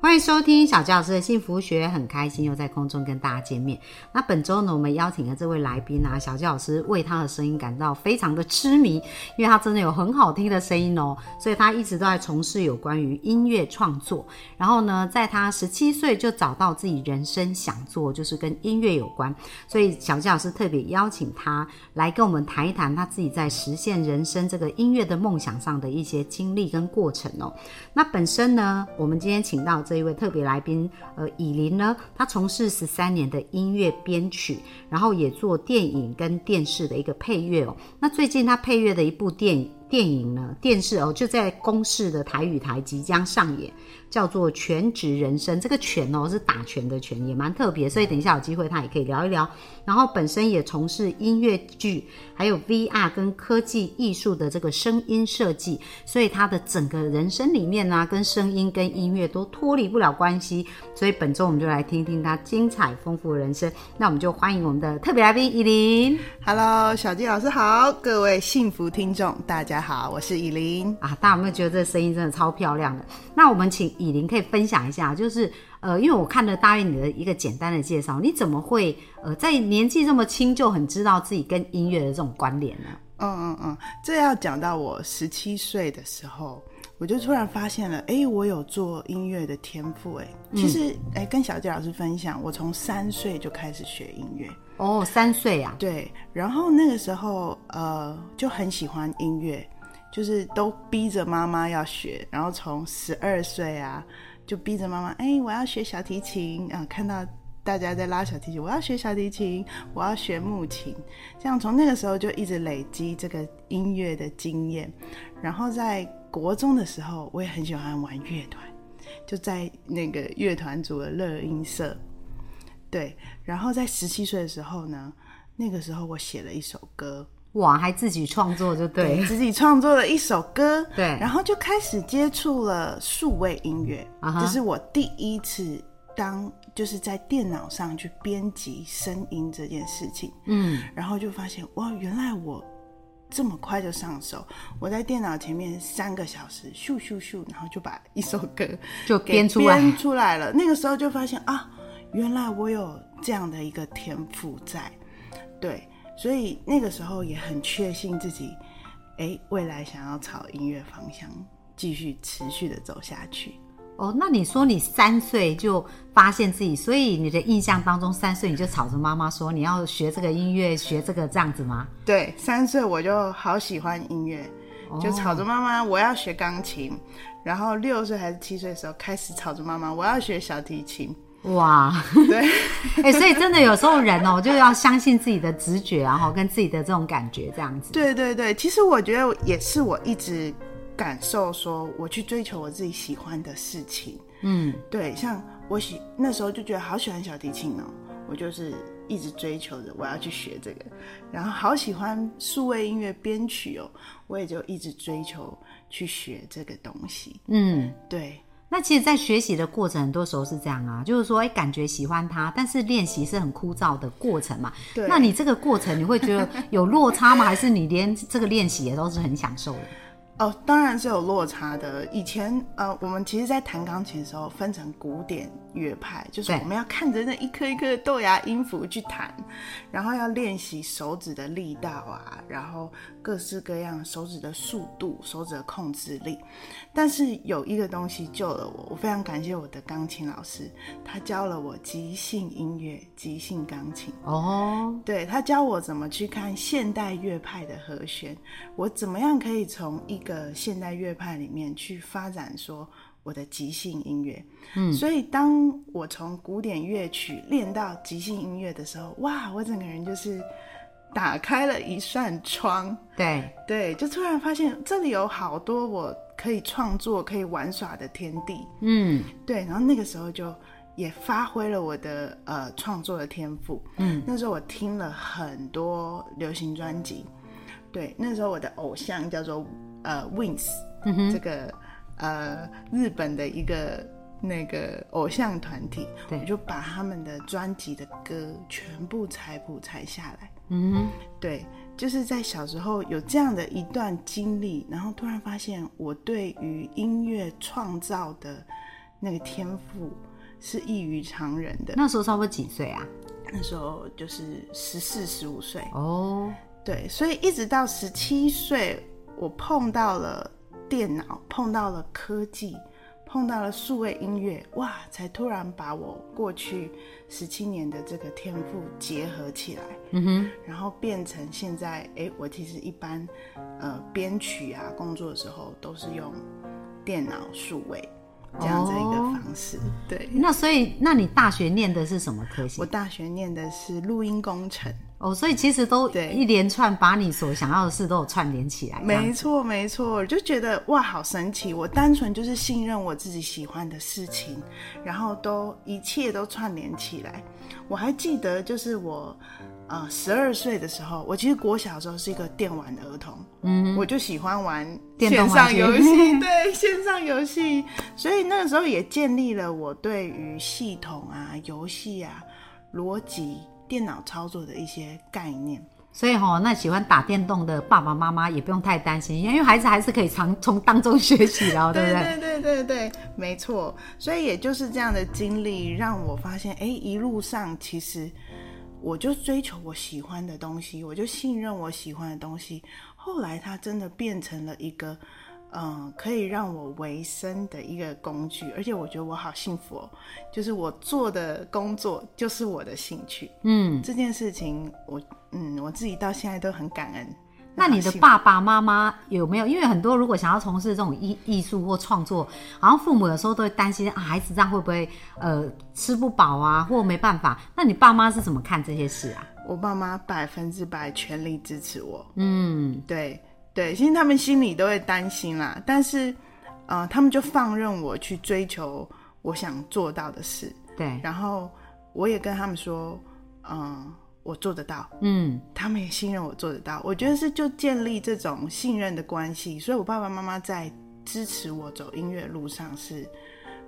欢迎收听小纪老师的幸福学，很开心又在空中跟大家见面。那本周呢，我们邀请的这位来宾啊，小纪老师为他的声音感到非常的痴迷，因为他真的有很好听的声音哦，所以他一直都在从事有关于音乐创作。然后呢，在他十七岁就找到自己人生想做，就是跟音乐有关。所以小纪老师特别邀请他来跟我们谈一谈他自己在实现人生这个音乐的梦想上的一些经历跟过程哦。那本身呢，我们今天请到这一位特别来宾，呃，以琳呢，她从事十三年的音乐编曲，然后也做电影跟电视的一个配乐哦。那最近她配乐的一部电影。电影呢，电视哦，就在公视的台语台即将上演，叫做《全职人生》。这个“全”哦，是打拳的“拳”，也蛮特别。所以等一下有机会，她也可以聊一聊。然后本身也从事音乐剧，还有 VR 跟科技艺术的这个声音设计，所以他的整个人生里面呢、跟声音跟音乐都脱离不了关系。所以本周我们就来听听他精彩丰富的人生。那我们就欢迎我们的特别来宾依琳。 Hello，小纪老师好，各位幸福听众大家好，我是以琳。啊，大家有没有觉得这声音真的超漂亮的？那我们请以琳可以分享一下，就是呃，因为我看了大约你的一个简单的介绍，你怎么会呃在年纪这么轻就很知道自己跟音乐的这种关联呢？嗯嗯嗯，这要讲到我十七岁的时候，我就突然发现了，哎、我有做音乐的天赋、诶哎，其实，哎、跟小纪老师分享，我从三岁就开始学音乐，哦，三岁啊，对，然后那个时候，呃，就很喜欢音乐，就是都逼着妈妈要学，然后从十二岁啊，就逼着妈妈，哎、我要学小提琴啊、看到大家在拉小提琴，我要学小提琴，我要学木琴，这样从那个时候就一直累积这个音乐的经验，然后在国中的时候，我也很喜欢玩乐团，就在那个乐团组的乐音社，对，然后在十七岁的时候呢，那个时候我写了一首歌，哇，还自己创作就对自己创作了一首歌， 对然后就开始接触了数位音乐啊哈这是我第一次当就是在电脑上去编辑声音这件事情，嗯，然后就发现哇，原来我这么快就上手，我在电脑前面三个小时咻咻咻，然后就把一首歌就给编出来编出来了。那个时候就发现啊，原来我有这样的一个天赋在，对，所以那个时候也很确信自己，哎，未来想要朝音乐方向继续持续的走下去。哦，那你说你三岁就发现自己，所以你的印象当中，三岁你就吵着妈妈说你要学这个音乐，学这个这样子吗？对，三岁我就好喜欢音乐，哦就吵着妈妈我要学钢琴，然后六岁还是七岁的时候开始吵着妈妈我要学小提琴，哇，对， 哎、所以真的有时候人哦，就要相信自己的直觉啊，然后跟自己的这种感觉这样子。对对对，其实我觉得也是我一直感受说我去追求我自己喜欢的事情，嗯，对，像我喜那时候就觉得好喜欢小提琴哦，我就是一直追求着我要去学这个，然后好喜欢数位音乐编曲哦，我也就一直追求去学这个东西，嗯，对。那其实，在学习的过程，很多时候是这样啊，就是说，哎、感觉喜欢它，但是练习是很枯燥的过程嘛。对那你这个过程，你会觉得有落差吗？还 是你连这个练习也都是很享受的？哦，当然是有落差的。以前呃，我们其实，在弹钢琴的时候分成古典乐派，就是对我们要看着那一颗一颗的豆芽音符去弹，然后要练习手指的力道啊，然后各式各样手指的速度、手指的控制力。但是有一个东西救了我，我非常感谢我的钢琴老师，他教了我即兴音乐、即兴钢琴。哦，对他教我怎么去看现代乐派的和弦，我怎么样可以从一个现代乐派里面去发展说我的即兴音乐。嗯，所以当我从古典乐曲练到即兴音乐的时候，哇，我整个人就是打开了一扇窗，对，对，就突然发现这里有好多我可以创作、可以玩耍的天地。嗯，对，然后那个时候就也发挥了我的呃创作的天赋。嗯，那时候我听了很多流行专辑，对，那时候我的偶像叫做呃 Wings、这个呃日本的一个那个偶像团体，对我就把他们的专辑的歌全部采谱采下来。嗯哼，对，就是在小时候有这样的一段经历，然后突然发现我对于音乐创造的那个天赋是异于常人的。那时候差不多几岁啊？那时候就是十四、十五岁，哦，对，所以一直到十七岁，我碰到了电脑，碰到了科技，碰到了数位音乐，哇，才突然把我过去十七年的这个天赋结合起来，嗯哼，然后变成现在，哎、我其实一般，呃，编曲啊，工作的时候都是用电脑数位这样子一个哦方式，对。那所以那你大学念的是什么科系我？大学念的是录音工程，哦，所以其实都对一连串把你所想要的事都有串联起来，这样没错，没错，我就觉得哇，好神奇！我单纯就是信任我自己喜欢的事情，然后都一切都串联起来。我还记得，就是我呃十二岁的时候，我其实国小的时候是一个电玩儿童，嗯，我就喜欢玩电动线玩上具 游戏，对线上游戏，所以那个时候也建立了我对于系统啊、游戏啊、逻辑、电脑操作的一些概念。所以哈、那喜欢打电动的爸爸妈妈也不用太担心，因为孩子还是可以常从当中学习的哦，对不对？ 对对对对，没错。所以也就是这样的经历，让我发现，哎，一路上其实我就追求我喜欢的东西，我就信任我喜欢的东西。后来它真的变成了一个，嗯、可以让我维生的一个工具，而且我觉得我好幸福哦，就是我做的工作就是我的兴趣。嗯，这件事情我，嗯，我自己到现在都很感恩。那你好的幸福爸爸妈妈有没有？因为很多如果想要从事这种艺艺术或创作，好像父母有时候都会担心啊，孩子这样会不会呃吃不饱啊，或没办法？那你爸妈是怎么看这些事啊？我爸妈百分之百全力支持我。嗯，对对，其实他们心里都会担心啦，但是呃，他们就放任我去追求我想做到的事，对，然后我也跟他们说，嗯、我做得到，嗯，他们也信任我做得到。我觉得是就建立这种信任的关系，所以我爸爸妈妈在支持我走音乐路上是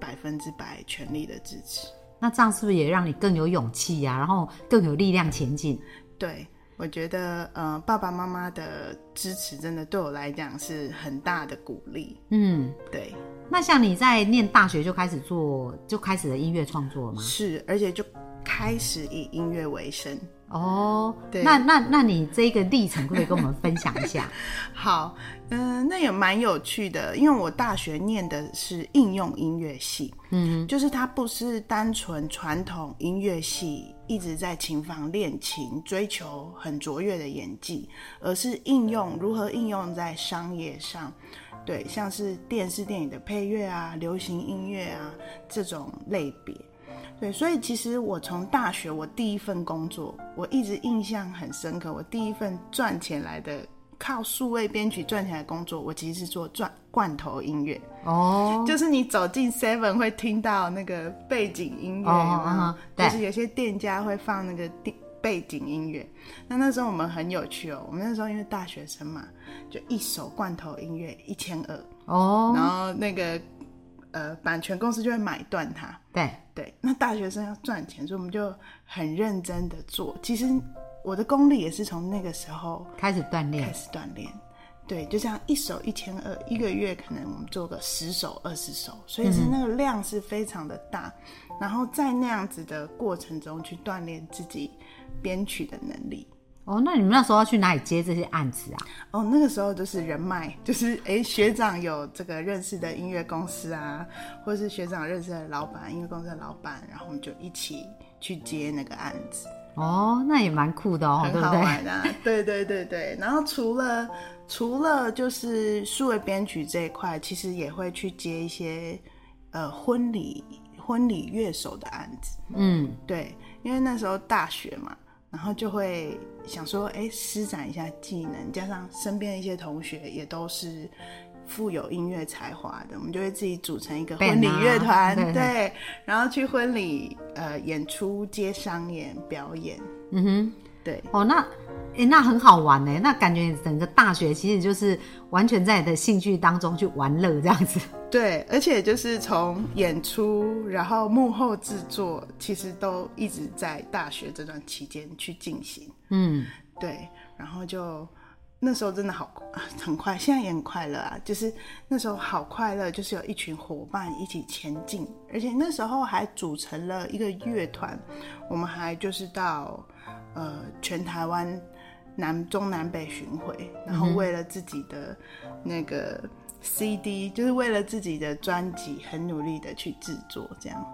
百分之百全力的支持。那这样是不是也让你更有勇气啊呀、然后更有力量前进？对，我觉得呃，爸爸妈妈的支持真的对我来讲是很大的鼓励。嗯，对。那像你在念大学就开始做，就开始了音乐创作吗？是，而且就开始以音乐为生。哦，对那那那你这个历程可不可以跟我们分享一下？好，嗯、那也蛮有趣的，因为我大学念的是应用音乐系，嗯，就是它不是单纯传统音乐系一直在琴房练琴，追求很卓越的演技，而是应用如何应用在商业上。对，像是电视电影的配乐啊、流行音乐啊这种类别，对，所以其实我从大学我第一份工作，我一直印象很深刻。我第一份赚钱来的靠数位编曲赚钱来的工作，我其实是做赚罐头音乐， 哦，就是你走进 Seven 会听到那个背景音乐，哦有没有嗯哼对就是有些店家会放那个电背景音乐。那那时候我们很有趣哦，我们那时候因为大学生嘛，就一首罐头音乐一千二，哦，然后那个呃版权公司就会买断它。对，对，那大学生要赚钱，所以我们就很认真的做。其实我的功力也是从那个时候开始锻开炼。始锻炼。对，就这样一手一千二，一个月可能我们做个十手、二十手，所以是那个量是非常的大。然后在那样子的过程中去锻炼自己编曲的能力。哦，那你们那时候要去哪里接这些案子啊？哦，那个时候就是人脉，就是哎、诶学长有这个认识的音乐公司啊，或是学长认识的老板，音乐公司的老板，然后我们就一起去接那个案子，哦，那也蛮酷的哦，对很不好对？玩啊！对对对对。然后除了除了就是数位编曲这一块，其实也会去接一些呃婚礼婚礼乐手的案子，嗯，对，因为那时候大学嘛，然后就会想说，哎、施展一下技能，加上身边的一些同学也都是富有音乐才华的，我们就会自己组成一个 Band 婚礼乐团，啊对对，然后去婚礼呃演出、接商演、表演，嗯哼，对，哦，那诶，那很好玩呢。那感觉你整个大学其实就是完全在你的兴趣当中去玩乐这样子。对，而且就是从演出，然后幕后制作，其实都一直在大学这段期间去进行。嗯，对，然后就那时候真的好啊很快， 现在也很快乐啊。就是那时候好快乐，就是有一群伙伴一起前进，而且那时候还组成了一个乐团，我们还就是到呃全台湾南中南北巡回，然后为了自己的那个 CD，、就是为了自己的专辑，很努力的去制作这样。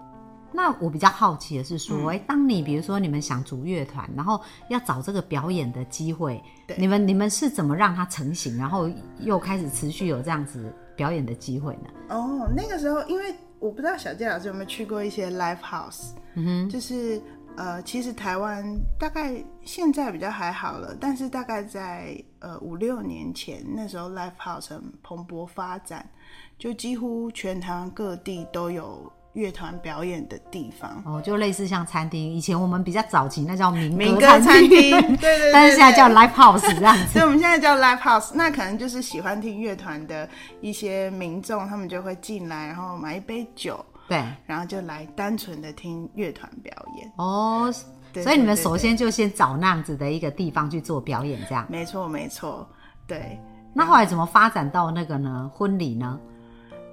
那我比较好奇的是嗯说，哎、当你比如说你们想组乐团，然后要找这个表演的机会，你们你们是怎么让它成型，然后又开始持续有这样子表演的机会呢？哦，那个时候因为我不知道小健老师有没有去过一些 live house，嗯哼，就是呃，其实台湾大概现在比较还好了，但是大概在呃五六年前，那时候 live house 很蓬勃发展，就几乎全台湾各地都有乐团表演的地方。哦，就类似像餐厅，以前我们比较早期那叫民民歌歌餐餐厅，对对对，但是现在对叫 live house 这样子。 所以我们现在叫 live house，那可能就是喜欢听乐团的一些民众，他们就会进来，然后买一杯酒，对，然后就来单纯的听乐团表演。哦，对所以你们对对首先就先找那样子的一个地方去做表演，这样。没错，没错，对。那后来怎么发展到那个呢？婚礼呢？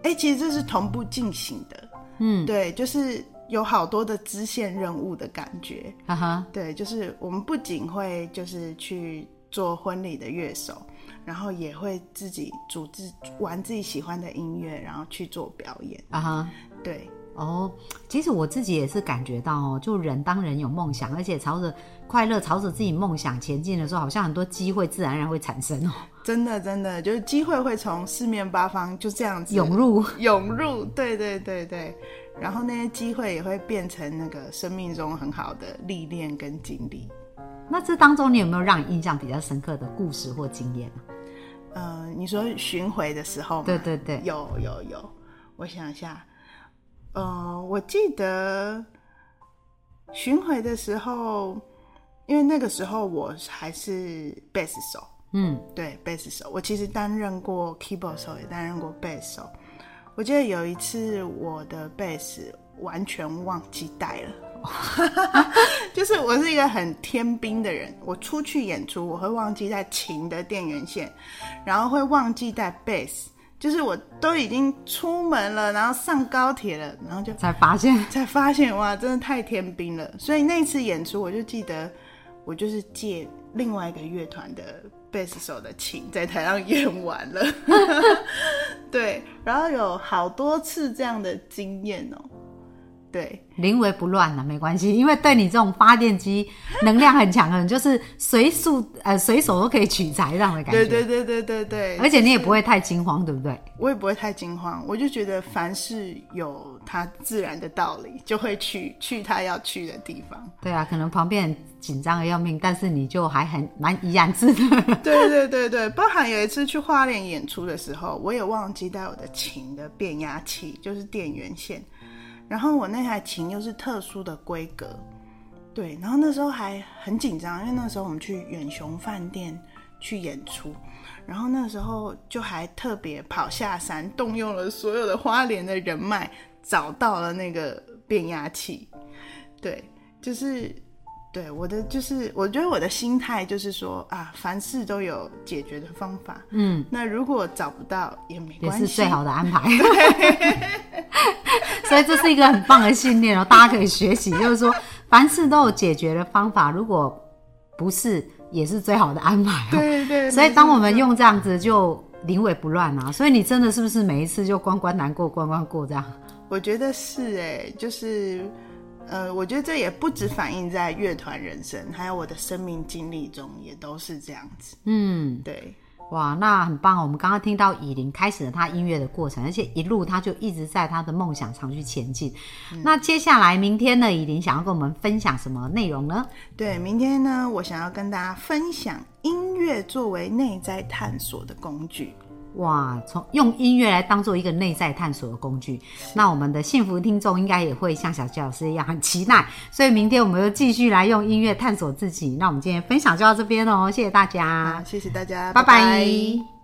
哎、其实这是同步进行的，嗯，对，就是有好多的支线任务的感觉。哈哈，对，就是我们不仅会就是去做婚礼的乐手，然后也会自己组织玩自己喜欢的音乐，然后去做表演。啊哈。对，哦，其实我自己也是感觉到哦，就人当人有梦想，而且朝着快乐、朝着自己梦想前进的时候，好像很多机会自然而然会产生哦，真的真的就是机会会从四面八方就这样子涌入。涌入，对对对对。然后那些机会也会变成那个生命中很好的历练跟经历。那这当中，你有没有让你印象比较深刻的故事或经验啊？呃，你说巡回的时候吗？对对对有有有，我想一下，呃，我记得巡回的时候，因为那个时候我还是贝斯手，嗯，对贝斯手，我其实担任过 keyboard 手，也担任过贝斯手。我记得有一次我的贝斯完全忘记带了。 就是我是一个很天兵的人，我出去演出我会忘记带琴的电源线，然后会忘记带贝斯，就是我都已经出门了，然后上高铁了，然后就才发现才发现哇，真的太天兵了。所以那次演出，我就记得我就是借另外一个乐团的贝斯手的琴在台上演完 了，对，然后有好多次这样的经验哦、对。临危不乱了、啊没关系，因为对你这种发电机能量很强的人，就是随速呃随手都可以取材这样的感觉。对对对对对对，而且你也不会太惊慌，对不对？我也不会太惊慌，我就觉得凡事有它自然的道理，就会去去它要去的地方。对啊，可能旁边人紧张的要命，但是你就还很蛮怡然自得。 对对对对，包含有一次去花莲演出的时候，我也忘记带我的琴的变压器，就是电源线。然后我那台琴又是特殊的规格，对。然后那时候还很紧张，因为那时候我们去远雄饭店去演出，然后那时候就还特别跑下山，动用了所有的花莲的人脉，找到了那个变压器。对，就是对我的就是，我觉得我的心态就是说啊，凡事都有解决的方法。嗯，那如果找不到也没也关系，是最好的 安排。所以这是一个很棒的信念哦，大家可以学习，就是 说凡事都有解决的方法，如果不是也是最好的安排、哦。对对对。所以当我们没错用这样子就临危不乱啊，所以你真的是不是每一次就关关难过关关过这样？我觉得是哎、就是呃，我觉得这也不只反映在乐团人生，还有我的生命经历中也都是这样子。嗯，对，哇，那很棒哦！我们刚刚听到以琳开始了她音乐的过程，而且一路她就一直在她的梦想上去前进。嗯那接下来明天呢，以琳想要跟我们分享什么内容呢？对，明天呢，我想要跟大家分享音乐作为内在探索的工具。哇，从用音乐来当做一个内在探索的工具，那我们的幸福听众应该也会像小吉老师一样很期待。所以明天我们就继续来用音乐探索自己。那我们今天分享就到这边哦，谢谢大家，好，谢谢大家，拜拜拜